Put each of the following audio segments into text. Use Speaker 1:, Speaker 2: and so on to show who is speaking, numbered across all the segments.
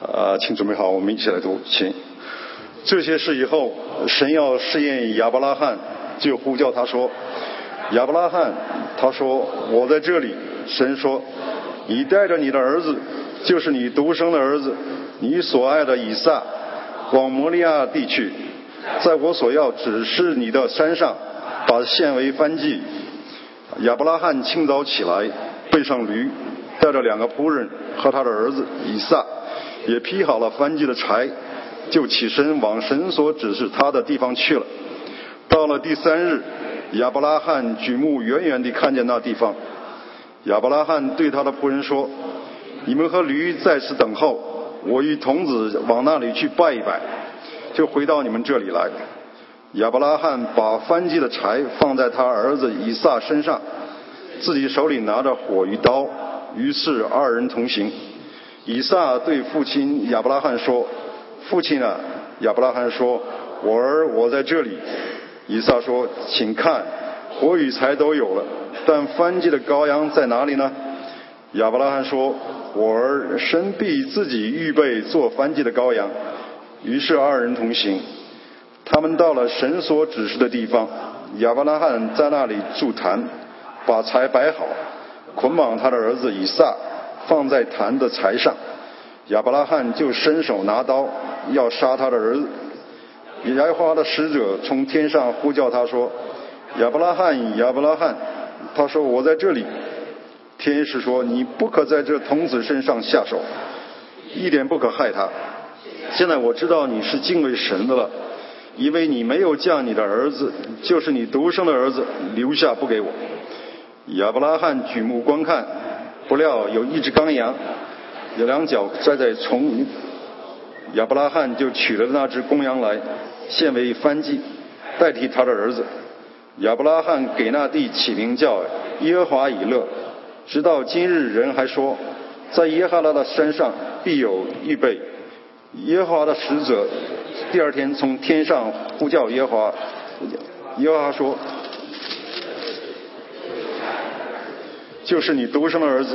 Speaker 1: 啊、请准备好，我们一起来读，请。这些事以后，神要试验亚伯拉罕，就呼叫他说：“亚伯拉罕，他说我在这里。”神说：“你带着你的儿子，就是你独生的儿子，你所爱的以撒，往摩利亚地去，在我所要指示你的山上，把线为翻祭。”亚伯拉罕清早起来，背上驴，带着两个仆人和他的儿子以撒，也劈好了翻祭的柴，就起身往神所指示他的地方去了。到了第三日，亚伯拉罕举目远远地看见那地方。亚伯拉罕对他的仆人说：“你们和驴在此等候，我与童子往那里去拜一拜，就回到你们这里来。”亚伯拉罕把翻祭的柴放在他儿子以撒身上，自己手里拿着火与刀，于是二人同行。以撒对父亲亚伯拉罕说：“父亲啊！”亚伯拉罕说：“我儿，我在这里。”以撒说：“请看，火与柴都有了，但翻祭的羔羊在哪里呢？”亚伯拉罕说：“我儿，神必自己预备做翻祭的羔羊。”于是二人同行。他们到了神所指示的地方，亚伯拉罕在那里筑坛，把柴摆好，捆绑他的儿子以撒，放在坛的柴上。亚伯拉罕就伸手拿刀要杀他的儿子。耶和华的使者从天上呼叫他说：“亚伯拉罕，亚伯拉罕！”他说：“我在这里。”天使说：“你不可在这童子身上下手，一点不可害他。现在我知道你是敬畏神的了。”因为你没有将你的儿子，就是你独生的儿子留下不给我。亚伯拉罕举目观看，不料有一只羔羊，有两脚栽在丛林。亚伯拉罕就取了那只公羊来，献为燔祭，代替他的儿子。亚伯拉罕给那地起名叫耶和华以勒，直到今日人还说，在耶和华的山上必有预备。耶和华的使者第二天从天上呼叫耶和华，耶和华说：“就是你独生的儿子，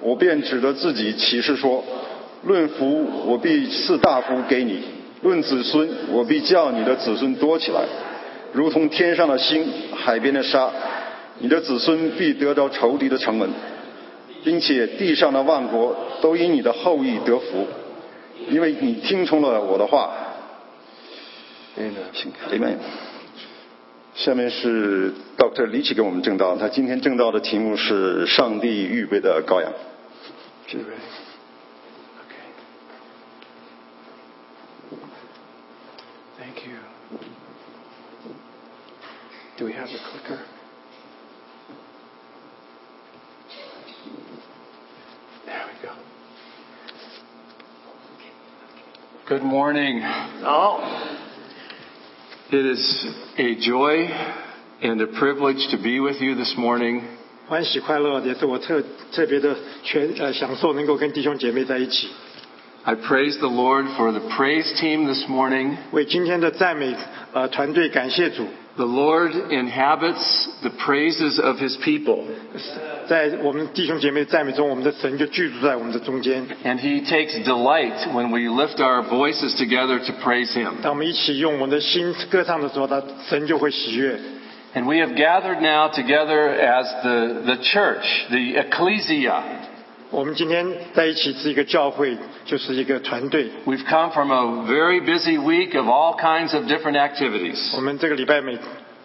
Speaker 1: 我便指着自己起誓说：论福我必赐大福给你，论子孙我必叫你的子孙多起来，如同天上的星、海边的沙。你的子孙必得着仇敌的城门，并且地上的万国都因你的后裔得福。”因为你听从了我的话。行，里面。下面是 Dr. 李奇给我们正道，他今天正道的题目是“上帝预备的羔羊”。预备。
Speaker 2: Thank you. Do we have the clicker? There we go. Good morning. It is a joy and a privilege to be with you this morning.
Speaker 3: 欢喜快乐也是我特特别的全呃享受能够跟弟兄姐妹在一起。
Speaker 2: I praise the Lord for the praise team this morning.
Speaker 3: 为今天的赞美呃团队感谢主，
Speaker 2: The Lord inhabits the praises of his people,
Speaker 3: 在我们弟兄姐妹赞美中，我们的神就居住在我们的中间。
Speaker 2: and he takes delight when we lift our voices together to praise him.
Speaker 3: 当我们一起用我们的心歌唱的时候，他神就会喜悦。
Speaker 2: And we have gathered now together as the, the church, the ecclesia.
Speaker 3: 我们今天在一起是一个教会，就是一个团队。
Speaker 2: We've come from a very busy week of all kinds of different activities.
Speaker 3: 我们这个礼拜每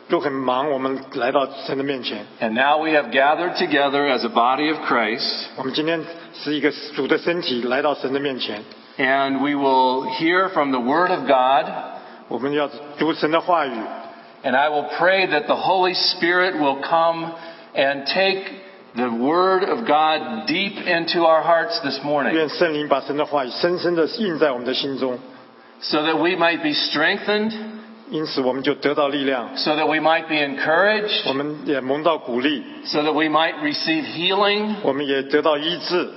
Speaker 3: 都很忙，我们来到神的面前。
Speaker 2: And now we have gathered together as a body of Christ,
Speaker 3: 我们今天是一个主的身体来到神的面前，
Speaker 2: and we will hear from the Word of God.
Speaker 3: 我们要读神的话语，
Speaker 2: And I will pray that the Holy Spirit will come and take the Word of God deep into our hearts this morning
Speaker 3: 愿圣灵把神的话语深深的印在我们的心中，
Speaker 2: so that we might be strengthened,
Speaker 3: 因此我们就得到力量，
Speaker 2: so that we might be
Speaker 3: 我
Speaker 2: encouraged,
Speaker 3: 们也蒙到鼓励，
Speaker 2: so that we might receive healing.
Speaker 3: 我们也得到医治。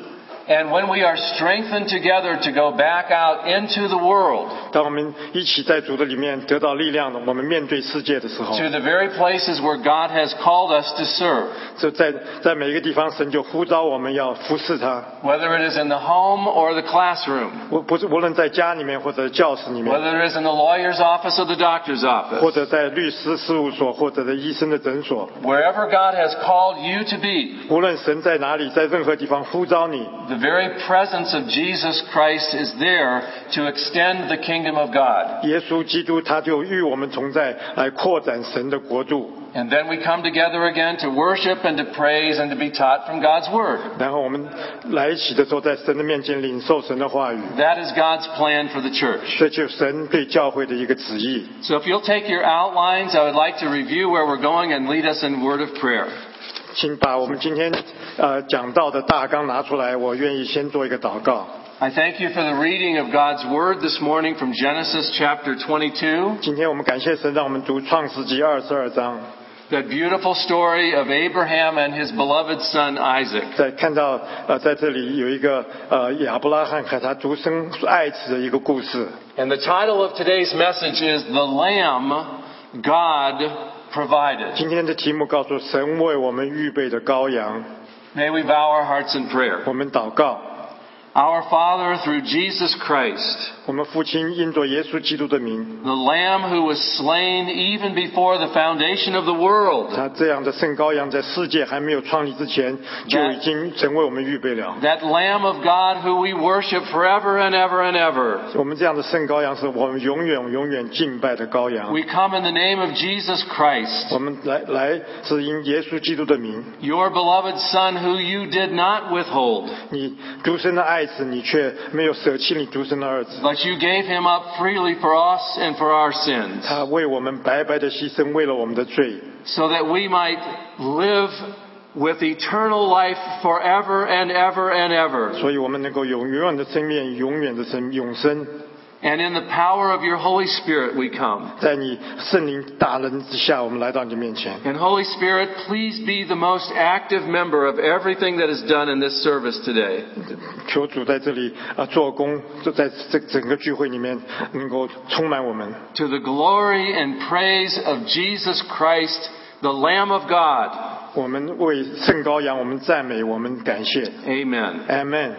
Speaker 2: And when we are strengthened together to go back out into the world,
Speaker 3: 当我们一起在主的里面得到力量的，我们面对世界的时候，
Speaker 2: to the very places where God has called us to serve,
Speaker 3: 就在在每一个地方，神就呼召我们要服侍他。
Speaker 2: whether it is in the home or the classroom,
Speaker 3: 我不是无论在家里面或者教室里面，
Speaker 2: whether it is in the lawyer's office or the doctor's office.
Speaker 3: 或者在律师事务所或者在医生的诊所，
Speaker 2: Wherever God has called you to be,
Speaker 3: 无论神在哪里，在任何地方呼召你，
Speaker 2: the very presence of Jesus Christ is there to extend the kingdom of God.
Speaker 3: 耶稣基督他就与我们同在，来扩展神的国度。
Speaker 2: And then we come together again to worship and to praise and to be taught from God's Word.
Speaker 3: 然后我们来一起的时候，在神的面前领受神的话语，
Speaker 2: That is God's plan for the church.
Speaker 3: 这就是神对教会的一个旨意。
Speaker 2: So if you'll take your outlines, I would like to review where we're going and lead us in word of prayer.
Speaker 3: 请把我们今天呃讲到的大纲拿出来，我愿意先做一个祷告。
Speaker 2: I thank you for the reading of God's Word this morning from Genesis chapter 22,
Speaker 3: 今天我们感谢神，让我们读创世纪二十二章，
Speaker 2: that beautiful story of Abraham and his beloved son Isaac.
Speaker 3: 在看到呃在这里有一个呃亚伯拉罕和他独生爱子的一个故事。
Speaker 2: And the title of today's message is The Lamb God Provided.
Speaker 3: 今天的题目告诉神为我们预备的羔羊，
Speaker 2: May we bow our hearts in prayer.
Speaker 3: 我们祷告。
Speaker 2: Our Father, through Jesus Christ,
Speaker 3: 我们父亲因着耶稣基督的名，
Speaker 2: the Lamb who was slain even before the foundation of the world,
Speaker 3: 他这样的圣羔羊在世界还没有创立之前，就已经成为我们预备了。
Speaker 2: that Lamb of God who we worship forever and ever and ever.
Speaker 3: 我们这样的圣羔羊是我们永远永远敬拜的羔羊。
Speaker 2: We come in the name of Jesus Christ,
Speaker 3: 我们来来是因耶稣基督的名，
Speaker 2: your beloved Son who you did not withhold,
Speaker 3: 你独生的爱子，你却没有舍弃你独生的儿子，
Speaker 2: but you gave him up freely for us and for our sins.
Speaker 3: 他为我们白白的牺牲，为了我们的罪，
Speaker 2: so that we might live with eternal life forever and ever and ever.
Speaker 3: 所以我们能够有永远的生命，永远的生永生，
Speaker 2: And in the power of your Holy Spirit we come.
Speaker 3: 在你圣灵大能之下，我们来到你面前。
Speaker 2: And Holy Spirit, please be the most active member of everything that is done in this service today.
Speaker 3: 求主在这里啊做工，就在这整个聚会里面能够充满我们，
Speaker 2: To the glory and praise of Jesus Christ, the Lamb of God.
Speaker 3: 我们为圣羔羊，我们赞美，我们感谢
Speaker 2: Amen.
Speaker 3: ，Amen。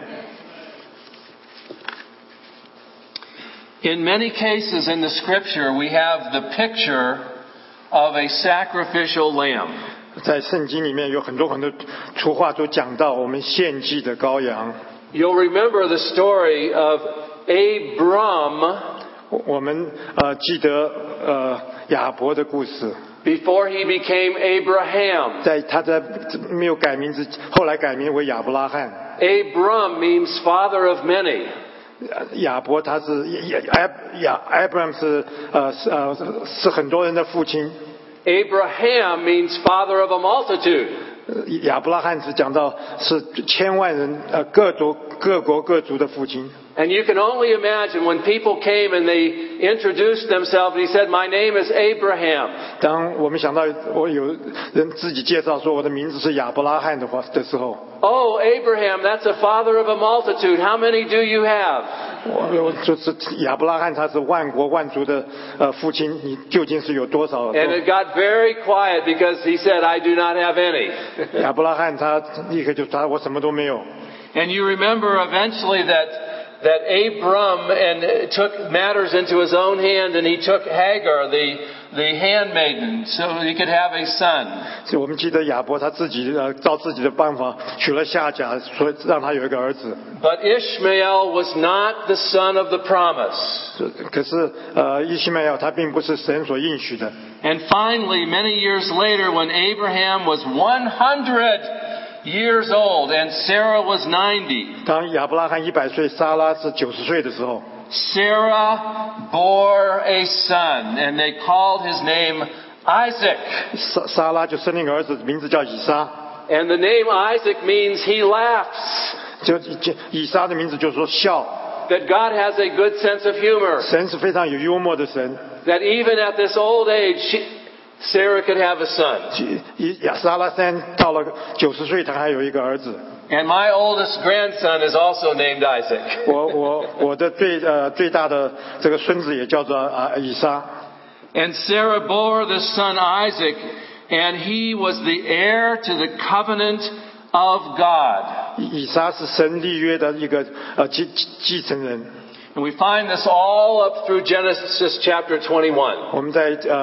Speaker 2: In many cases in the scripture, we have the picture of a sacrificial lamb.
Speaker 3: 在圣经里面有很多很多图画都讲到我们献祭的羔羊，
Speaker 2: You'll remember the story of Abram
Speaker 3: 我我们呃记得呃亚伯的故事，
Speaker 2: before he became Abraham.
Speaker 3: 在他在没有改名之后来改名为亚伯拉罕，
Speaker 2: Abram means father of many.
Speaker 3: 亚伯他是亚亚亚 Abraham 是呃是呃是很多人的父亲。
Speaker 2: Abraham means father of a multitude.
Speaker 3: 呃亚伯拉罕是讲到是千万人呃各族各国各族的父亲，
Speaker 2: And you can only imagine when people came and they introduced themselves and he said, My name is Abraham.
Speaker 3: 当我们想到我有人自己介绍说我的名字是亚伯拉罕的话的时候，
Speaker 2: Oh, Abraham, that's a father of a multitude. How many do you have?
Speaker 3: 我我就是亚伯拉罕他是万国万族的呃父亲，你究竟是有多少？
Speaker 2: And it got very quiet because he said, I do not have any.
Speaker 3: 亚伯拉罕他立刻就他我什么都没有。
Speaker 2: And you remember eventually that, that Abram and took matters into his own hand and he took Hagar, the, the handmaiden, so he could have a son.
Speaker 3: 所以我们记得亚伯他自己呃照自己的办法娶了夏甲，所以让他有一个儿子。
Speaker 2: But Ishmael was not the son of the promise.
Speaker 3: 是可是呃伊西麦亚他并不是神所应许的。
Speaker 2: And finally, many years later, when Abraham was 100 years old and Sarah was 90,
Speaker 3: 当亚伯拉罕一百岁，莎拉是九十岁的时候，
Speaker 2: Sarah bore a son and they called his name Isaac.
Speaker 3: 莎莎拉就生了一个儿子，名字叫以撒。
Speaker 2: And the name Isaac means he laughs.
Speaker 3: 就就以撒的名字就是说笑。
Speaker 2: That God has a good sense of humor.
Speaker 3: 神是非常有幽默的神。
Speaker 2: That even at this old age, she, Sarah could have a son.
Speaker 3: 以以亚莎拉山到了九十岁，他还有一个儿子。
Speaker 2: And my oldest grandson is also named Isaac.
Speaker 3: 我我我的最呃最大的这个孙子也叫做啊、呃以撒，
Speaker 2: And Sarah bore the son Isaac, and he was the heir to the covenant of God.
Speaker 3: 以以撒是神立约的一个呃继继继承人。
Speaker 2: And we find this all up through Genesis chapter 21.
Speaker 3: 我们在呃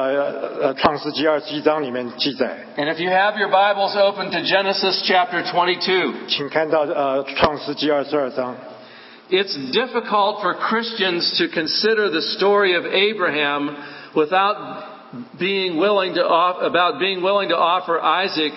Speaker 3: 呃创世纪二十一章里面记载，
Speaker 2: And if you have your Bibles open to Genesis chapter 22,
Speaker 3: 请看到呃创世纪二十二章。
Speaker 2: it's difficult for Christians to consider the story of Abraham without being willing to off, about being willing to offer Isaac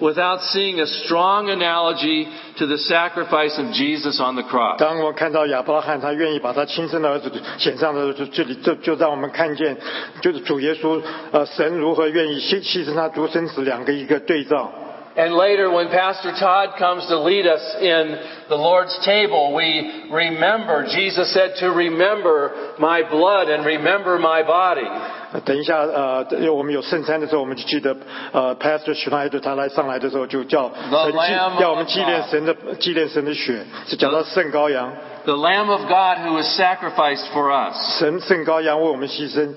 Speaker 2: without seeing a strong analogy to the sacrifice of Jesus on the cross.
Speaker 3: 当我看到亚伯拉罕他愿意把他亲生的儿子献上的时候，就这里就就让我们看见，就是主耶稣呃神如何愿意牺牺牲他独生子两个一个对照。
Speaker 2: And later, when Pastor Todd comes to lead us in the Lord's table, we remember, Jesus said to remember my blood and remember my body.
Speaker 3: 呃等一下，呃，因为我们有圣餐的时候，我们就记得，呃，Pastor Schneider 他来上来的时候就叫神
Speaker 2: Lamb of
Speaker 3: 祭，要我们纪念
Speaker 2: God
Speaker 3: 神的纪念神的血，是讲到圣羔羊，
Speaker 2: The Lamb of God who was sacrificed for us.
Speaker 3: 神圣羔羊为我们牺牲，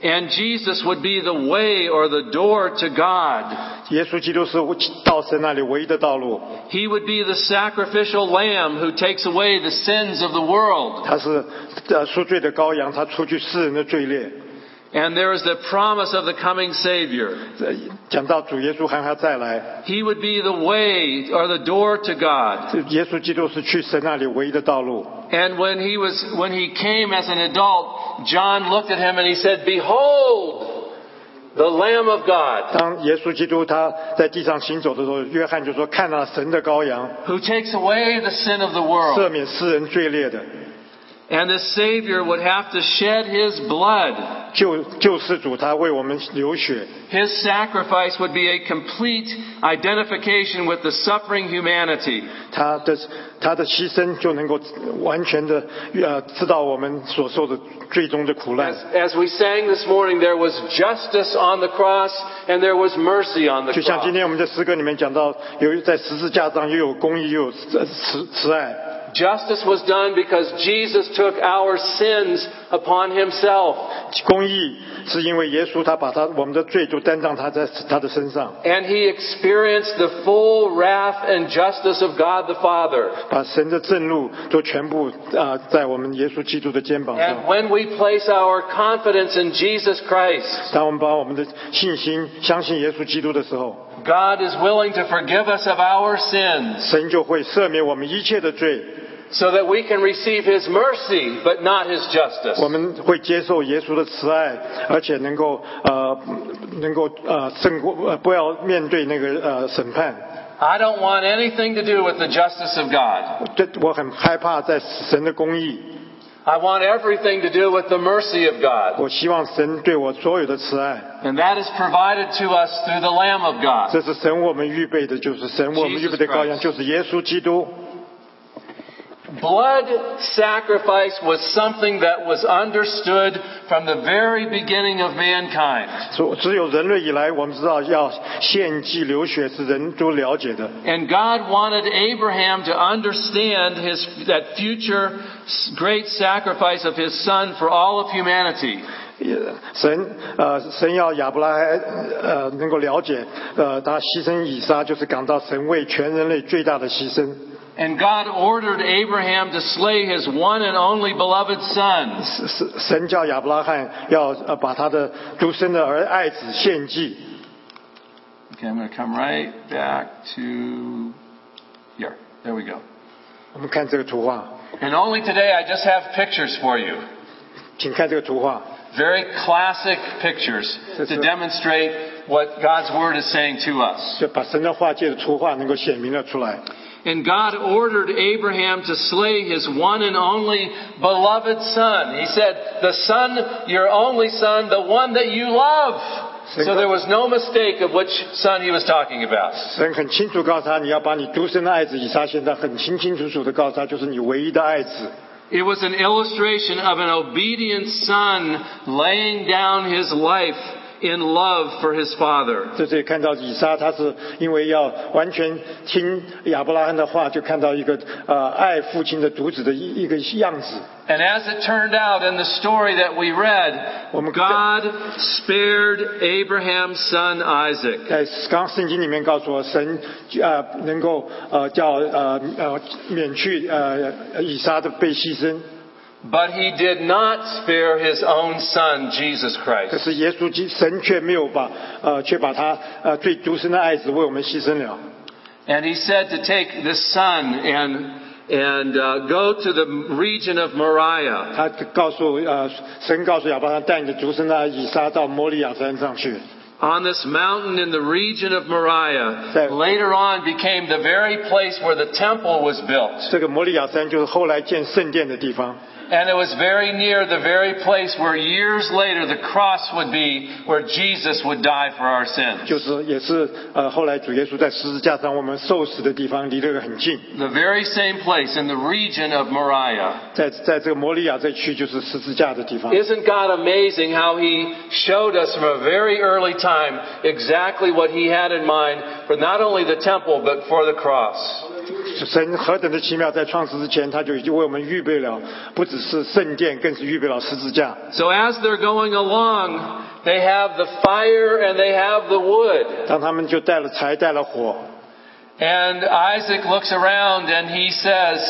Speaker 2: And Jesus would be the way or the door to God.
Speaker 3: 耶稣基督是到神那里唯一的道路，
Speaker 2: He would be the sacrificial lamb who takes away the sins of the world.
Speaker 3: 他是呃赎罪的羔羊，他除去世人的罪孽。
Speaker 2: And there is the promise of the coming Savior.
Speaker 3: 呃讲到主耶稣喊他再来，
Speaker 2: He would be the way or the door to God.
Speaker 3: 耶稣基督是去神那里唯一的道路。
Speaker 2: And when he was when he came as an adult, John looked at him and he said, "Behold, the Lamb of God
Speaker 3: 当耶稣基督他在地上行走的时候，约翰就说：“看啊，神的羔羊，
Speaker 2: who takes away the sin of the world."
Speaker 3: 赦免世人罪孽的。”
Speaker 2: And the Savior would have to shed his blood.
Speaker 3: 救救世主他为我们流血，
Speaker 2: His sacrifice would be a complete identification with the suffering humanity.
Speaker 3: 他的他的牺牲就能够完全的呃知道我们所受的最终的苦难
Speaker 2: As,。as we sang this morning, there was justice on the cross and there was mercy on the
Speaker 3: 就像
Speaker 2: cross.
Speaker 3: 今天我们在诗歌里面讲到，有在十字架上又有公义又有慈呃慈慈爱，
Speaker 2: Justice was done because Jesus took our sins upon himself.
Speaker 3: 公义是因为耶稣他把他我们的罪就担当他在他的身上，
Speaker 2: And he experienced the full wrath and justice of God the Father.
Speaker 3: 把神的震怒都全部啊、呃在我们耶稣基督的肩膀上
Speaker 2: And。when we place our confidence in Jesus Christ,
Speaker 3: 当我们把我们的信心相信耶稣基督的时候，
Speaker 2: God is willing to forgive us of our sins
Speaker 3: 神就会赦免我们一切的罪。
Speaker 2: so that we can receive his mercy but not his justice.
Speaker 3: 我们会接受耶稣的慈爱，而且能够呃能够呃胜过呃不要面对那个呃审判。
Speaker 2: I don't want anything to do with the justice of God.
Speaker 3: 这我很害怕在神的公义，
Speaker 2: I want everything to do with the mercy of God.
Speaker 3: 我希望神对我所有的慈爱，
Speaker 2: And that is provided to us through the Lamb of God.
Speaker 3: 这是神为我们预备的，就是神为我们预备的羔羊，
Speaker 2: Jesus Christ
Speaker 3: 就是耶稣基督。
Speaker 2: Blood sacrifice was something that was understood from the very beginning of mankind.
Speaker 3: 所只有人类以来，我们知道要献祭流血是人都了解的。
Speaker 2: And God wanted Abraham to understand his, that future s- great sacrifice of his son for all of humanity.
Speaker 3: 也神呃，神要亚伯拉罕呃能够了解，呃，他牺牲以撒就是感到神为全人类最大的牺牲。
Speaker 2: And God ordered Abraham to slay his one and only beloved son.
Speaker 3: 神神叫亚伯拉罕要呃把他的独生的儿爱子献祭。
Speaker 2: Okay, I'm going to come right back to here. There we go.
Speaker 3: 我们看这个图画，
Speaker 2: And only today I just have pictures for you.
Speaker 3: 请看这个图画，
Speaker 2: Very classic pictures
Speaker 3: That's
Speaker 2: to
Speaker 3: right.
Speaker 2: demonstrate what God's Word is saying to us.
Speaker 3: 就把神的画界的图画能够显明了出来。
Speaker 2: And God ordered Abraham to slay his one and only beloved son. He said, The son, your only son, the one that you love. So there was no mistake of which son he was talking about.
Speaker 3: 神很清楚告诉他，你要把你独生的爱子以撒献上，很清清楚楚的告诉他，就是你唯一的爱子。
Speaker 2: It was an illustration of an obedient son laying down his life in love for his father.
Speaker 3: 在这里看到以撒，他是因为要完全听亚伯拉罕的话，就看到一个呃爱父亲的独子的一一个样子。
Speaker 2: And as it turned out in the story that we read,
Speaker 3: 我们
Speaker 2: God spared Abraham's son Isaac.
Speaker 3: 在刚刚圣经里面告诉我，神呃能够呃叫呃呃免去呃以撒的被牺牲，
Speaker 2: But he did not spare his own son, Jesus
Speaker 3: 可
Speaker 2: Christ.
Speaker 3: 是耶稣基神却没有把呃却把他呃最独生的爱子为我们牺牲了。
Speaker 2: And he said to take this son and and uh, go to the region of Moriah.
Speaker 3: 他告诉呃神告诉亚伯拉罕，带你的独生的以撒到摩利亚山上去。
Speaker 2: On this mountain in the region of Moriah,
Speaker 3: So-
Speaker 2: later on became the very place where the temple was built.
Speaker 3: 这个摩利亚山就是后来建圣殿的地方，
Speaker 2: And it was very near the very place where years later the cross would be, where Jesus would die for our sins.
Speaker 3: 就是也是呃后来主耶稣在十字架上我们受死的地方，离这个很近。
Speaker 2: The very same place in the region of Moriah.
Speaker 3: 在在这个摩利亚这区就是十字架的地方。
Speaker 2: Isn't God amazing how He showed us from a very early time exactly what He had in mind for not only the temple but for the cross?
Speaker 3: 神何等的奇妙，在创世之前他就已经为我们预备了，不只是圣殿，更是预备了十字架。
Speaker 2: So as they're going along, they have the fire and they have the wood.
Speaker 3: 当他们就带了柴，带了火，
Speaker 2: And Isaac looks around and he says,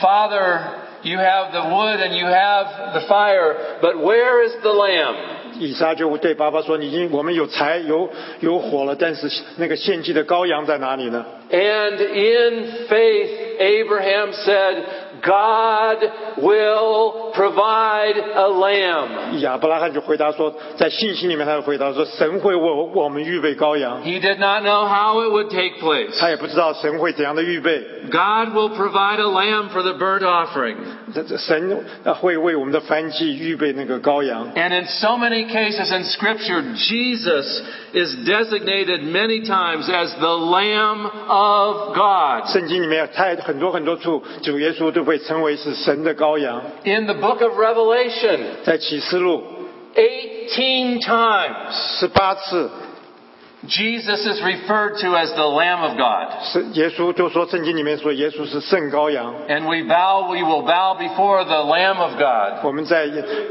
Speaker 2: Father, you have the wood and you have the fire, but where is the lamb?
Speaker 3: 以撒就对爸爸说：“你已经我们有柴有有火了，但是那个献祭的羔羊在哪里呢
Speaker 2: And in faith, Abraham said, God will provide a？”lamb.
Speaker 3: 亚伯拉罕就回答说：“在信心里面，他就回答说，神会为我我们预备羔羊。
Speaker 2: He did not know how it would take place.
Speaker 3: 他也不知道神会怎样的预备，
Speaker 2: God will provide a lamb for the burnt offering.
Speaker 3: 这这神呃会为我们的燔祭预备那个羔羊。”
Speaker 2: And in so many cases in Scripture, Jesus is designated many times as the Lamb of God.
Speaker 3: 圣经里面太很多很多处，主耶稣都被称为是神的羔羊。
Speaker 2: In the book of Revelation,
Speaker 3: 在启示录
Speaker 2: 18 times,
Speaker 3: 十八次，
Speaker 2: Jesus is referred to as the Lamb of God.
Speaker 3: 是耶稣就说圣经里面说耶稣是圣羔羊。
Speaker 2: And we bow, we will bow before the Lamb of God.
Speaker 3: 我们在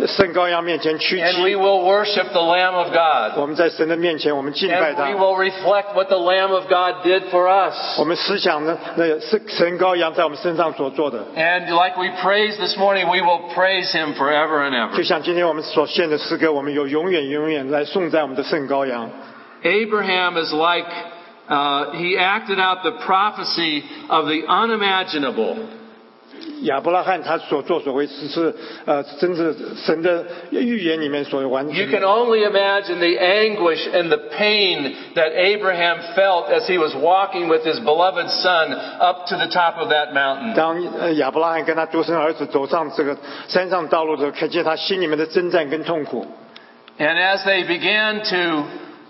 Speaker 3: 圣羔羊面前屈
Speaker 2: And we
Speaker 3: 膝，
Speaker 2: will worship the Lamb of God.
Speaker 3: 我们在神的面前我们敬拜
Speaker 2: And we
Speaker 3: 他。
Speaker 2: will reflect what the Lamb of God did for us.
Speaker 3: 我们思想呢，那是神羔羊在我们身上所做的，
Speaker 2: And like we praised this morning, we will praise Him forever and ever.
Speaker 3: 就像今天我们所献的诗歌，我们有永远永远来颂赞我们的圣羔羊。
Speaker 2: Abraham is like uh, he acted out the prophecy of the unimaginable.
Speaker 3: 亚伯拉罕他所做所为是是呃，真是神的预言里面所完
Speaker 2: You
Speaker 3: 成的
Speaker 2: can。only imagine the anguish and the pain that Abraham felt as he was walking with his beloved son up to the top of that mountain.
Speaker 3: 当呃亚伯拉罕跟他独生儿子走上这个山上道路的时候，看见他心里面的征战跟痛苦。
Speaker 2: And as they began to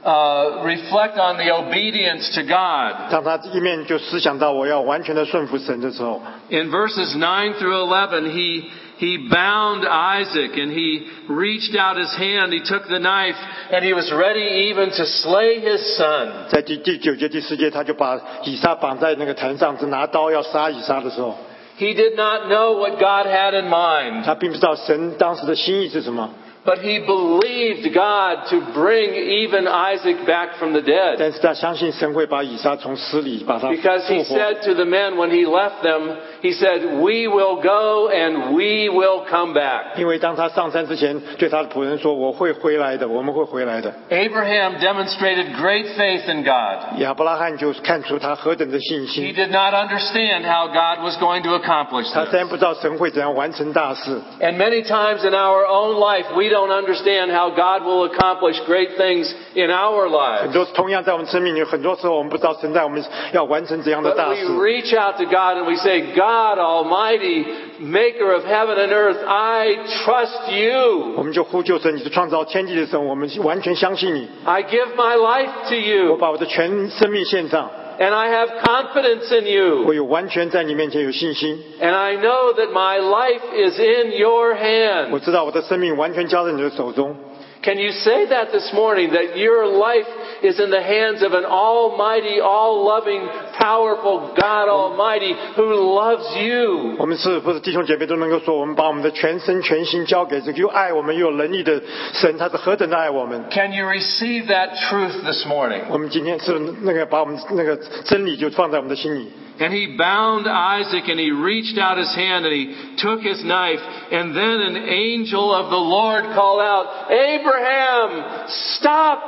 Speaker 2: uh, reflect on the obedience to God,
Speaker 3: 当他一面就思想到我要完全的顺服神的时候，
Speaker 2: in verses 9 through 11, he, he bound Isaac and he reached out his hand, he took the knife, and he was ready even to slay his son.
Speaker 3: 在第第九节、第十节，他就把以撒绑在那个坛上，就拿刀要杀以撒的时候，
Speaker 2: He did not know what God had in mind,
Speaker 3: 他并不知道神当时的心意是什么，
Speaker 2: but he believed God to bring even Isaac back from the dead.
Speaker 3: 但是他相信神会把以撒从死里把他
Speaker 2: Because he
Speaker 3: 复活。
Speaker 2: said to the men when he left them, he said, We will go and we will come back.
Speaker 3: 因为当他上山之前，对他的仆人说：“我会回来的，我们会回来的。
Speaker 2: Abraham demonstrated great faith in God. ”
Speaker 3: 亚伯拉罕就看出他何等的信
Speaker 2: He
Speaker 3: 心，
Speaker 2: did not understand how God was going to accomplish
Speaker 3: 他
Speaker 2: this.
Speaker 3: 虽然不知道神会怎样完成大事，
Speaker 2: And many times in our own life, we don't understand how God will accomplish great things in our
Speaker 3: 很
Speaker 2: lives.
Speaker 3: 多同样在我们生命里，很多时候我们不知道神在我们要完成怎样的
Speaker 2: But
Speaker 3: 大
Speaker 2: we
Speaker 3: 事。
Speaker 2: reach out to God and we say, God Almighty, maker of heaven and earth, I trust you.
Speaker 3: 我们就呼救神，你是创造天地的神，我们完全相信你。
Speaker 2: I give my life to
Speaker 3: 我
Speaker 2: you
Speaker 3: 把我的全生命献上，
Speaker 2: and I have confidence in you.
Speaker 3: 我有完全在你面前有信心。
Speaker 2: And I know that my life is in your
Speaker 3: 我
Speaker 2: hand.
Speaker 3: 知道我的生命完全交在你的手中。
Speaker 2: Can you say that this morning that your life is in the hands of an almighty, all loving, powerful God Almighty who loves you?
Speaker 3: 我们是不是弟兄姐妹都能够说，我们把我们的全身全心交给这个又爱我们又有能力的神，他是何等的爱我们？
Speaker 2: Can you receive that truth this morning?
Speaker 3: 我们今天是那个把我们那个真理就放在我们的心里。
Speaker 2: And he bound Isaac and he reached out his hand and he took his knife. And then an angel of the Lord called out, Abraham, stop!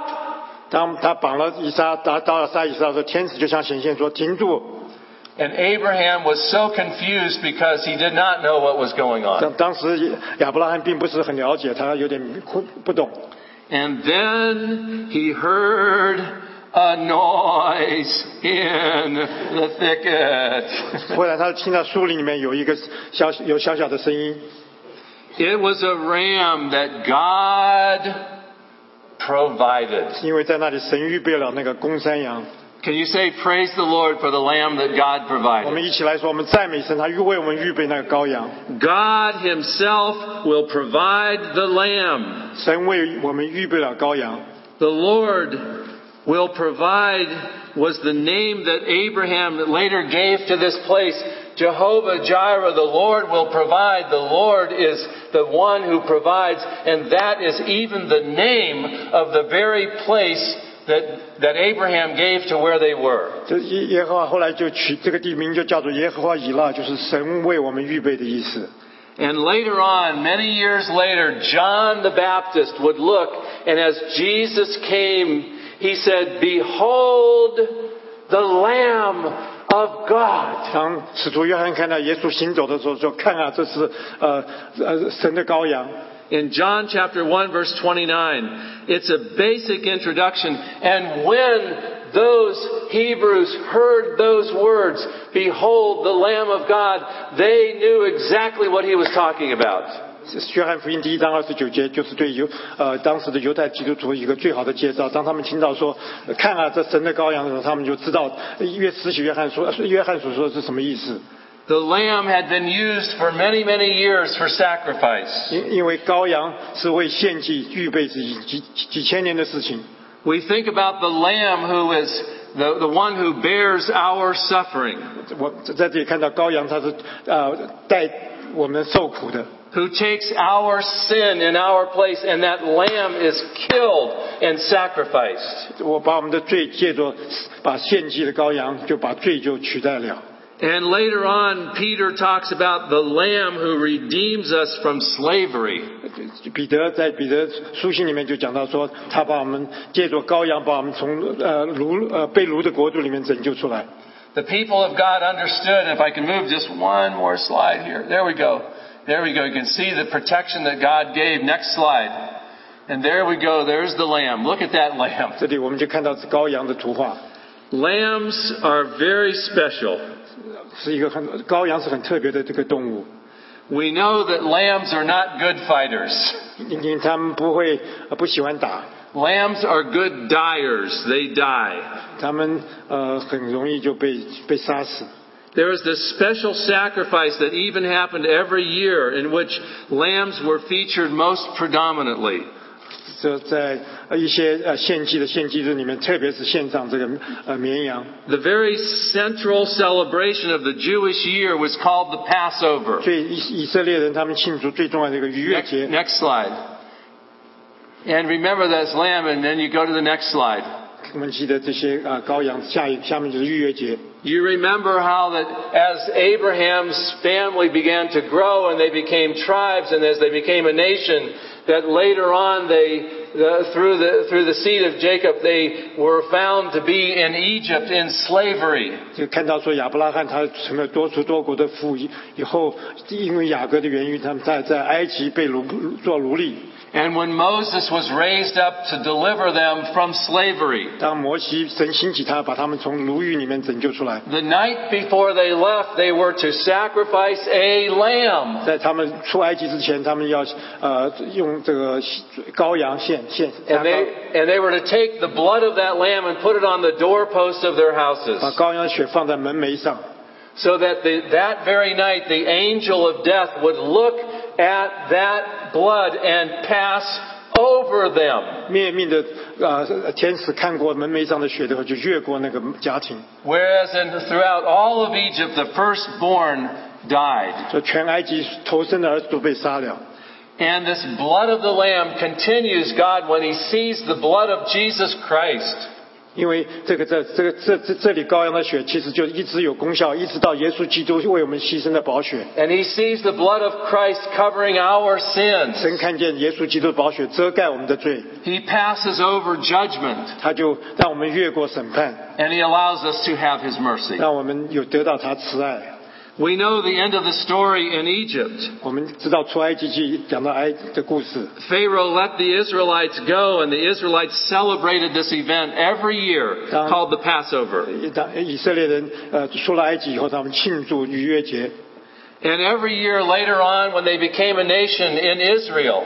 Speaker 3: 当他绑了以撒，打打了杀以撒的时候，天使就向显现说：“停住！”
Speaker 2: And Abraham was so confused because he did not know what was going
Speaker 3: 当
Speaker 2: on.
Speaker 3: 当时亚伯拉罕并不是很了解，他有点不不懂。
Speaker 2: And then he heard a noise in the thicket.
Speaker 3: 忽然，他听到树林里面有一个小有小小的声音，
Speaker 2: It was a ram that God provided.
Speaker 3: 因为在那里神预备了那个公山羊。
Speaker 2: Can you say, Praise the Lord for the lamb that God
Speaker 3: 我们
Speaker 2: provided?
Speaker 3: 一起来说，我们赞美神，他预为我们预备那个羔羊，
Speaker 2: God Himself will provide the lamb.
Speaker 3: 神为我们预备了羔羊。
Speaker 2: The Lord will provide was the name that Abraham later gave to this place. Jehovah Jireh, the Lord will provide. The Lord is the one who provides, and that is even the name of the very place that, that Abraham gave to where they were.
Speaker 3: 这耶耶和华后来就取这个地名，就叫做耶和华以拉，就是神为我们预备的意思。
Speaker 2: And later on, many years later, John the Baptist would look, and as Jesus came, he said, Behold the Lamb of God.
Speaker 3: 当使徒约翰看到耶稣行走的时候，说：“看啊，这是呃呃神的羔羊。”
Speaker 2: In John chapter 1 verse 29, it's a basic introduction. And when those Hebrews heard those words, Behold the Lamb of God, they knew exactly what he was talking about.
Speaker 3: 约翰福音第一章二十九节就是对犹呃当时的犹太基督徒一个最好的介绍。当他们听到说“看啊，这神的羔羊”的时候，他们就知道呃约慈禧约翰说约翰所说的是什么意思。
Speaker 2: The lamb had been used for many, many years for sacrifice.
Speaker 3: 因因为羔羊是为献祭预备是几几几千年的事情。
Speaker 2: We think about the Lamb who is the, the one who bears our suffering,
Speaker 3: 我在这里看到羔羊，它是呃带我们受苦的。
Speaker 2: who takes our sin in our place, and that Lamb is killed and sacrificed.
Speaker 3: 我把我们的罪借着把献祭的羔羊，就把罪就取代了。
Speaker 2: And later on, Peter talks about the Lamb who redeems us from slavery.
Speaker 3: 彼得在彼得书信里面就讲到说，他把我们借着羔羊，把我们从呃奴呃被奴的国度里面拯救出来。
Speaker 2: The people of God understood. If I can move just one more slide here. There we go. There we go. You can see the protection that God gave. Next slide. And there we go. There's the lamb. Look at that lamb.
Speaker 3: 这里我们就看到是羔羊的图画，
Speaker 2: Lambs are very special.
Speaker 3: 是一个很羔羊是很特别的这个动物，
Speaker 2: We know that lambs are not good fighters.
Speaker 3: 因为他们不会呃不喜欢打，
Speaker 2: Lambs are good dyers. They die.
Speaker 3: 他们呃很容易就被被杀死。
Speaker 2: There is this special sacrifice that even happened every year in which lambs were featured most predominantly.
Speaker 3: 这在呃一些呃献祭的献祭日里面，特别是献上这个呃绵羊，
Speaker 2: The very central celebration of the Jewish year was called the Passover.
Speaker 3: 所以以以色列人他们庆祝最重要的一个逾越
Speaker 2: Next,
Speaker 3: 节。
Speaker 2: next slide. And remember that's lamb, and then you go to the next slide.
Speaker 3: 我们记得这些啊、呃羔羊，下一下面就是逾越节。
Speaker 2: You remember how that as Abraham's family began to grow and they became tribes and as they became a nation, that later on they, the, through, the, through the seed of Jacob, they were found to be in Egypt in slavery.
Speaker 3: 就看到说亚伯拉罕他成了多族多国的父以以后，因为雅各的原因，他们在在埃及被奴做奴隶。
Speaker 2: And when Moses was raised up to deliver them from slavery,
Speaker 3: 当摩西神兴起他，把他们从奴役里面拯救出来。
Speaker 2: the night before they left, they were to sacrifice a lamb.
Speaker 3: 在他们出埃及之前，他们要呃用这个羔羊献献，
Speaker 2: And they, and they were to take the blood of that lamb and put it on the doorposts of their houses.
Speaker 3: 把羔羊血放在门楣上。
Speaker 2: So that the, that very night the angel of death would look at that blood and pass over them.
Speaker 3: 灭命的呃天使看过门楣上的血的时候，就越过那个家庭，
Speaker 2: Whereas in, throughout all of Egypt, the firstborn died.
Speaker 3: 所以全埃及投生的儿子都被杀了。
Speaker 2: And this blood of the Lamb continues, God, when He sees the blood of Jesus Christ.
Speaker 3: 因为这个这这个这这这里羔羊的血，其实就一直有功效，一直到耶稣基督为我们牺牲的宝血。
Speaker 2: And He sees the blood of Christ covering our sins.
Speaker 3: 神看见耶稣基督的宝血遮盖我们的罪，
Speaker 2: He passes over judgment
Speaker 3: 他就让我们越过审判，
Speaker 2: and He allows us to have His mercy.
Speaker 3: 让我们有得到他慈爱。
Speaker 2: We know the end of the story in Egypt.
Speaker 3: 我们知道出埃及记讲到埃及的故事，
Speaker 2: Pharaoh let the Israelites go, and the Israelites celebrated this event every year
Speaker 3: Um,
Speaker 2: called the Passover.
Speaker 3: 当以色列人呃出了埃及以后，他们庆祝逾越节。
Speaker 2: And every year later on, when they became a nation in Israel,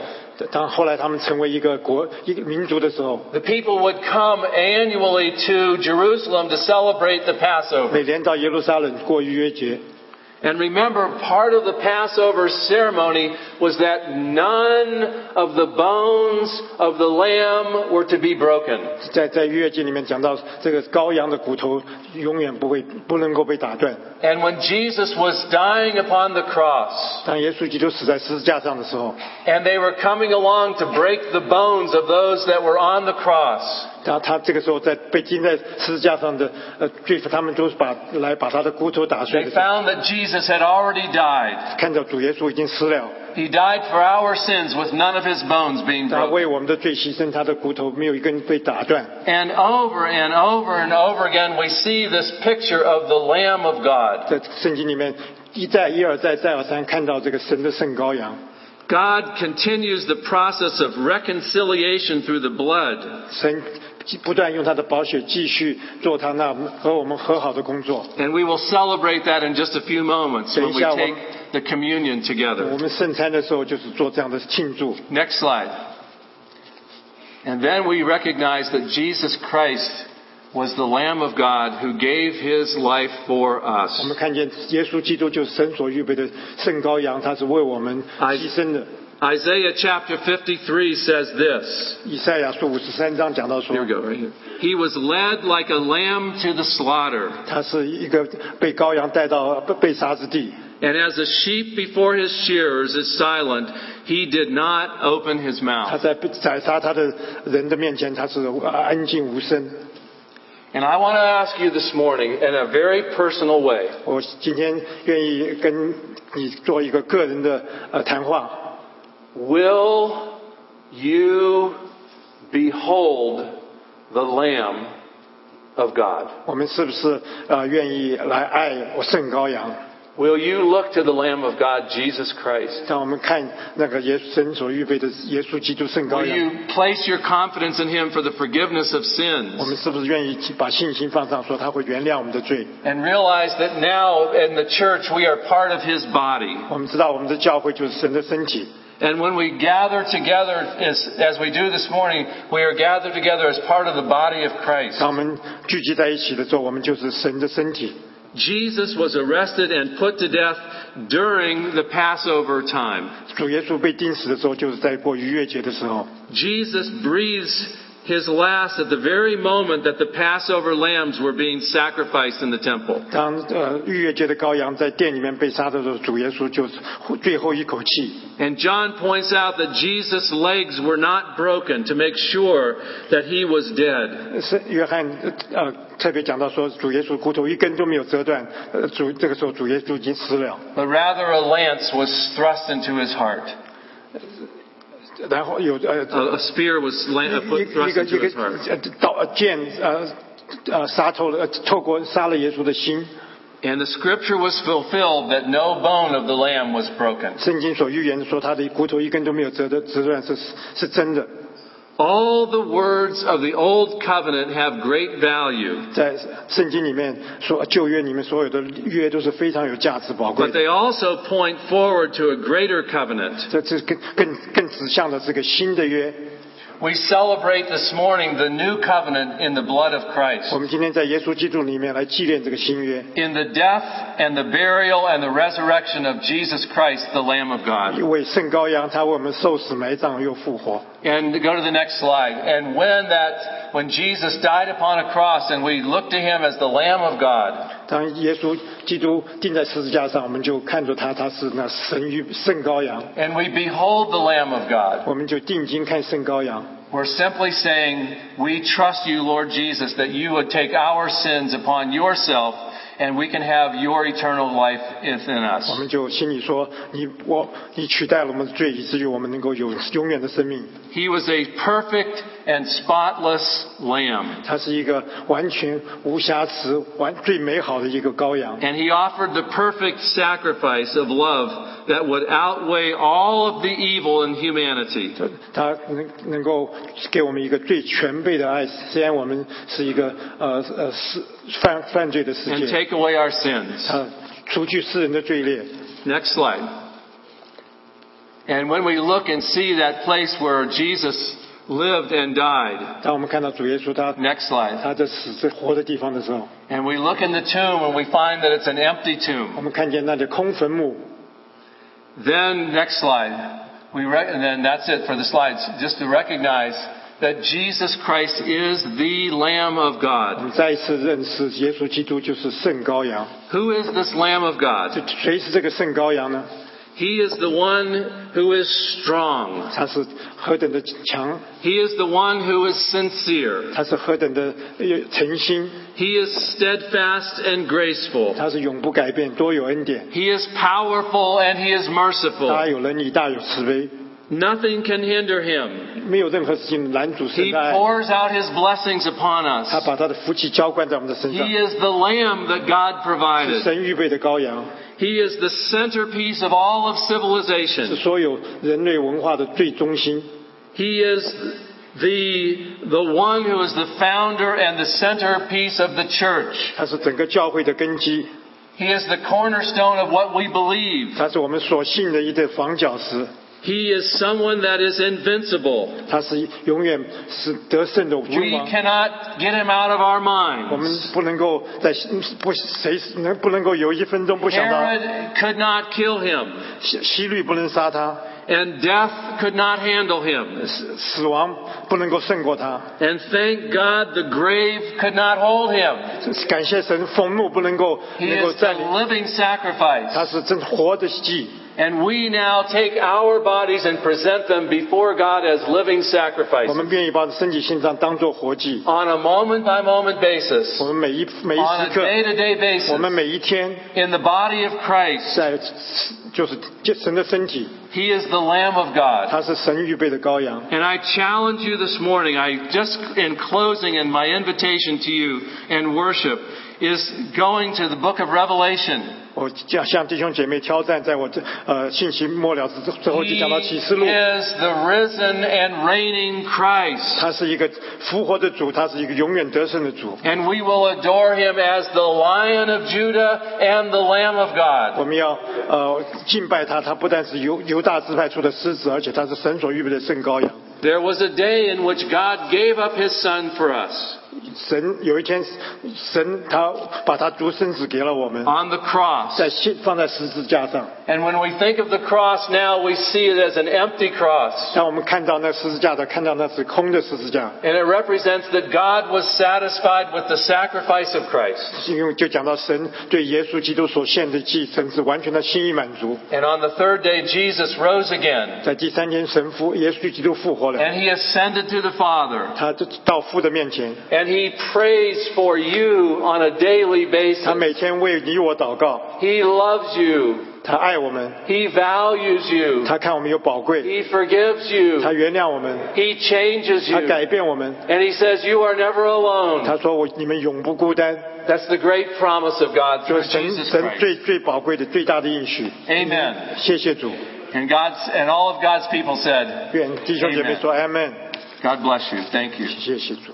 Speaker 3: 当后来他们成为一个国一个民族的时候，
Speaker 2: the people would come annually to Jerusalem to celebrate the Passover.
Speaker 3: 每年到耶路撒冷过逾越节。
Speaker 2: And remember, part of the Passover ceremony was that none of the bones of the lamb were to be broken.
Speaker 3: 在在约经里面讲到，这个羔羊的骨头永远不会不能够被打断。
Speaker 2: And when Jesus was dying upon the cross,
Speaker 3: 当耶稣基督死在十字架上的时候，
Speaker 2: and they were coming along to break the bones of those that were on the cross,
Speaker 3: 他他这个时候在被钉在十字架上的呃罪妇，他们都是把来把他的骨头打碎
Speaker 2: they
Speaker 3: 的时候，
Speaker 2: found that Jesus had already died.
Speaker 3: 看到主耶稣已经死了，
Speaker 2: He died for our sins with none of his bones being
Speaker 3: 他
Speaker 2: broken.
Speaker 3: 为我们的罪牺牲，他的骨头没有一根被打断。
Speaker 2: And over and over and over again, we see this picture of the Lamb of God.
Speaker 3: 在圣经里面一再一而再再而三看到这个神的圣羔羊，
Speaker 2: God continues the process of reconciliation through the blood.
Speaker 3: 神不断用他的宝血继续做他那和我们和好的工作。
Speaker 2: And we will celebrate that in just a few moments when we
Speaker 3: 等一下，我-
Speaker 2: take the communion
Speaker 3: 我
Speaker 2: together.
Speaker 3: 们圣餐的时候就是做这样的庆祝。
Speaker 2: Next slide. And then we recognize that Jesus Christ was the Lamb of God who gave his life for
Speaker 3: 我
Speaker 2: us.
Speaker 3: 们看见耶稣基督就是神所预备的圣羔羊，他是为我们
Speaker 2: I-
Speaker 3: 牺牲的。
Speaker 2: Isaiah chapter 53 says this.
Speaker 3: 以赛亚书五十三章讲到说
Speaker 2: Here，we go, right here. He was led like a lamb to the slaughter,
Speaker 3: 他是一个被羔羊带到被被杀之地，
Speaker 2: and as a sheep before his shearers is silent, he did not open his
Speaker 3: 他
Speaker 2: mouth.
Speaker 3: 在被宰杀他的人的面前，他是安静无声。
Speaker 2: And I want to ask you this morning, in a very personal way,
Speaker 3: 我今天愿意跟你做一个个人的呃谈话，
Speaker 2: will you behold the Lamb of God?
Speaker 3: 我们是不是呃愿意来爱我圣羔羊？
Speaker 2: Will you look to the Lamb of God, Jesus Christ?
Speaker 3: 让我们看那个耶稣神所预备的耶稣基督圣羔
Speaker 2: Will
Speaker 3: 羊，
Speaker 2: you place your confidence in Him for the forgiveness of
Speaker 3: 我
Speaker 2: sins?
Speaker 3: 们是不是愿意把信心放上，说他会原谅我们的罪？
Speaker 2: And realize that now in the church we are part of His body.
Speaker 3: 我们知道我们的教会就是神的身体，
Speaker 2: And when we gather together, as, as we do this morning, we are gathered together as part of the body of Christ.
Speaker 3: 当我们聚集在一起的时候，我们就是神的身体。
Speaker 2: Jesus was arrested and put to death during the Passover time.
Speaker 3: 主耶稣被钉死的时候，就是在过逾越节的时候，
Speaker 2: Jesus breathes his last at the very moment that the Passover lambs were being sacrificed in the temple.
Speaker 3: 当呃逾越节的羔羊在店里面被杀的时候，主耶稣就是最后一口气。
Speaker 2: And John points out that Jesus' legs were not broken to make sure that he was dead.
Speaker 3: 是约翰呃特别讲到说，主耶稣骨头一根都没有折断，呃主这个时候主耶稣已经死了，
Speaker 2: But rather a lance was thrust into his heart.
Speaker 3: 然后有
Speaker 2: A,
Speaker 3: 呃
Speaker 2: a spear was lan- uh,
Speaker 3: 一
Speaker 2: put
Speaker 3: 个一
Speaker 2: thrust
Speaker 3: 个
Speaker 2: into
Speaker 3: 一
Speaker 2: his
Speaker 3: 个
Speaker 2: heart.
Speaker 3: 呃刀呃剑呃呃杀透了呃透过杀了耶稣的心，
Speaker 2: And the scripture was fulfilled that no bone of the lamb was broken.
Speaker 3: 圣经所预言说他的骨头一根都没有折的折断是是真的，
Speaker 2: All the words of the old covenant have great value,
Speaker 3: 在圣经里面说旧约里面所有的约都是非常有价值宝贵
Speaker 2: but
Speaker 3: 的。
Speaker 2: they also point forward to a greater covenant.
Speaker 3: 这这更更更指向的这个新的约，
Speaker 2: We celebrate this morning the new covenant in the blood of Christ.
Speaker 3: 我们今天在耶稣基督里面来纪念这个新约。
Speaker 2: In the death and the burial and the resurrection of Jesus Christ, the Lamb of God.
Speaker 3: 一位圣羔羊，他为我们受死、埋葬又复活。
Speaker 2: And go to the next slide. And when that, when Jesus died upon a cross and we look to him as the Lamb of God,
Speaker 3: 当耶稣基督钉在十字架上，我们就看着他，他是那神与圣羔羊，
Speaker 2: and we behold the Lamb of God,
Speaker 3: 我们就定睛看圣羔羊。
Speaker 2: we're simply saying, we trust you, Lord Jesus, that you would take our sins upon yourself and we can have your eternal life within
Speaker 3: 我
Speaker 2: us.
Speaker 3: 们就心里说：“你我，你取代了我们的罪，以至于我们能够有永远的生命。
Speaker 2: He was a perfect and spotless lamb.
Speaker 3: 他是一个完全无瑕疵、完最美好的一个羔羊。
Speaker 2: And he offered the perfect sacrifice of love that would outweigh all of the evil in humanity.
Speaker 3: 他能能够给我们一个最全备的爱，虽然我们是一个呃呃是犯犯罪的世
Speaker 2: and
Speaker 3: 界，
Speaker 2: take away our sins.
Speaker 3: 他除去世人的罪孽。
Speaker 2: Next slide. And when we look and see that place where Jesus lived and died,
Speaker 3: 当我们看到主耶稣他
Speaker 2: next slide.
Speaker 3: 他在死在活的地方的时候，
Speaker 2: And we look in the tomb and we find that it's an empty
Speaker 3: 我
Speaker 2: tomb.
Speaker 3: 们看见那里空坟墓。
Speaker 2: Then, next slide. We re- and then that's it for the slides. Just to recognize that Jesus Christ is the Lamb of
Speaker 3: 我
Speaker 2: God.
Speaker 3: 们再一次认识耶稣基督就是圣羔羊。
Speaker 2: Who is this Lamb of God?
Speaker 3: 这谁是这个圣羔羊呢？
Speaker 2: He is the one who is strong.
Speaker 3: 他是何等的强，
Speaker 2: He is the one who is sincere.
Speaker 3: 他是何等的呃诚心，
Speaker 2: He is steadfast and graceful.
Speaker 3: 他是永不改变，多有恩典，
Speaker 2: He is powerful and he is
Speaker 3: 大
Speaker 2: merciful.
Speaker 3: 有仁义，大有慈悲，
Speaker 2: Nothing can hinder him.
Speaker 3: 没有任何事情拦阻神
Speaker 2: He
Speaker 3: 的爱。
Speaker 2: pours out his blessings upon
Speaker 3: 他
Speaker 2: us.
Speaker 3: 把他的福气浇灌在我们的身
Speaker 2: He
Speaker 3: 上，
Speaker 2: is the lamb that God
Speaker 3: 是
Speaker 2: provided.
Speaker 3: 神预备的羔羊，
Speaker 2: He is the centerpiece of all of
Speaker 3: 是
Speaker 2: civilization.
Speaker 3: 所有人类文化的最中心。
Speaker 2: He is the, the one who is the founder and the centerpiece of the church.
Speaker 3: 他是整个教会的根基，
Speaker 2: He is the cornerstone of what we believe.
Speaker 3: 他是我们所信的一对房角石，
Speaker 2: He is someone that is invincible.
Speaker 3: 他是永远是得胜的君
Speaker 2: We
Speaker 3: 王。
Speaker 2: cannot get him out of our
Speaker 3: 我
Speaker 2: minds.
Speaker 3: 们不能够在不谁能不能够有一分钟不想到
Speaker 2: Herod could not kill him,
Speaker 3: 希希律不能杀他，
Speaker 2: and death could not handle him.
Speaker 3: 死死亡不能够胜过他。
Speaker 2: And thank God the grave could not hold him.
Speaker 3: 感谢神，坟墓不能够
Speaker 2: He
Speaker 3: 能够
Speaker 2: is the
Speaker 3: 占领，
Speaker 2: living
Speaker 3: 他
Speaker 2: sacrifice.
Speaker 3: 是真活的祭。
Speaker 2: And we now take our bodies and present them before God as living
Speaker 3: 我
Speaker 2: sacrifices
Speaker 3: 们愿意把身体献上，当做活祭。
Speaker 2: on a moment by moment basis,
Speaker 3: 我们每一每一
Speaker 2: on
Speaker 3: 时
Speaker 2: a
Speaker 3: 刻，
Speaker 2: day to day
Speaker 3: 我们
Speaker 2: basis,
Speaker 3: 每一天
Speaker 2: in the body of Christ.
Speaker 3: 在就是神的身体，
Speaker 2: He is the Lamb of God.
Speaker 3: 他是神预备的羔羊。
Speaker 2: And I challenge you this morning, I just in closing and my invitation to you and worship is going to the book of Revelation.
Speaker 3: 我向向弟兄姐妹挑战，在我这呃信息末了之最后
Speaker 2: he
Speaker 3: 就讲到启示录，
Speaker 2: is the risen and reigning Christ.
Speaker 3: 他是一个复活的主，他是一个永远得胜的主。
Speaker 2: And we will adore him as the Lion of Judah and the Lamb of God.
Speaker 3: 我们要呃敬拜他，他不但是犹犹大支派出的狮子，而且他是神所预备的圣羔羊。
Speaker 2: There was a day in which God gave up his son for us
Speaker 3: 神有一天，神他把他独生子给了我们，
Speaker 2: on the cross.
Speaker 3: 在信放在十字架上。
Speaker 2: And when we think of the cross now, we see it as an empty cross.
Speaker 3: 让我们看到那十字架的，看到那是空的十字架，
Speaker 2: And it represents that God was satisfied with the sacrifice of Christ.
Speaker 3: 因为就讲到神对耶稣基督所献的祭，神是完全的心意满足。
Speaker 2: And on the third day, Jesus rose again,
Speaker 3: 在第三天，神复耶稣基督复活了，
Speaker 2: and he ascended to the Father,
Speaker 3: 他就到父的面前，
Speaker 2: and he prays for you on a daily
Speaker 3: 他
Speaker 2: basis.
Speaker 3: 每天为你我祷告，
Speaker 2: He loves you,
Speaker 3: 他爱我们，
Speaker 2: he values you,
Speaker 3: 他看我们有宝贵，
Speaker 2: he forgives you,
Speaker 3: 他原谅我们，
Speaker 2: he changes
Speaker 3: 他
Speaker 2: you.
Speaker 3: 改变我们。
Speaker 2: And he says, You are never alone.
Speaker 3: 他说我你们永不孤单，
Speaker 2: That's the great promise of God
Speaker 3: 就
Speaker 2: through
Speaker 3: 是神
Speaker 2: Jesus
Speaker 3: 神
Speaker 2: Christ.
Speaker 3: 最最宝贵的最大的应许。
Speaker 2: Amen.
Speaker 3: 谢谢主，
Speaker 2: And God's and all of God's people said,
Speaker 3: 愿弟兄姐妹说 Amen。
Speaker 2: God bless you. Thank you.
Speaker 3: 谢谢主。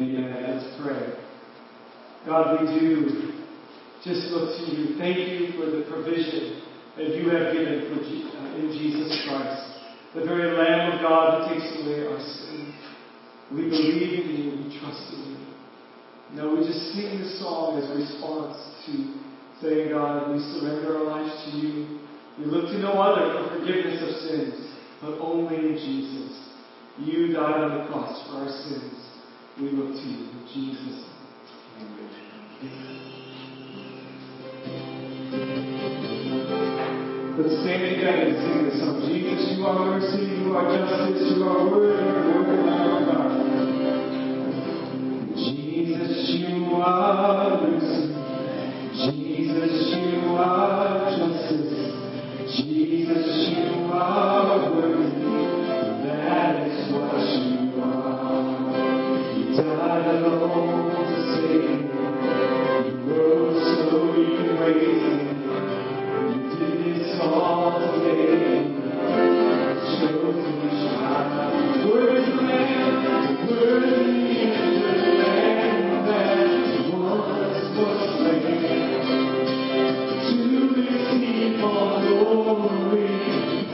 Speaker 4: Amen. Let's pray. uh, God, we do just look to you. Thank you for the provision that you have given for Je- uh, in Jesus Christ, the very Lamb of God who takes away our sin. We believe in you. We trust in you. Now we just sing this song as a response to saying, God, we surrender our lives to you. We look to no other for forgiveness of sins, but only in Jesus. You died on the cross for our sins. We look to you, Jesus. Let's stand together and sing this song. Jesus, you are mercy, you are justice, you are worthy, you are Lamb of God. Jesus, you are mercy. Jesus, you are justice. Jesus, you are worthy. That is what you are. You died alone to save me. You rose so you raised me. You did this all today. Chose to shine. Worthy Lamb, worthy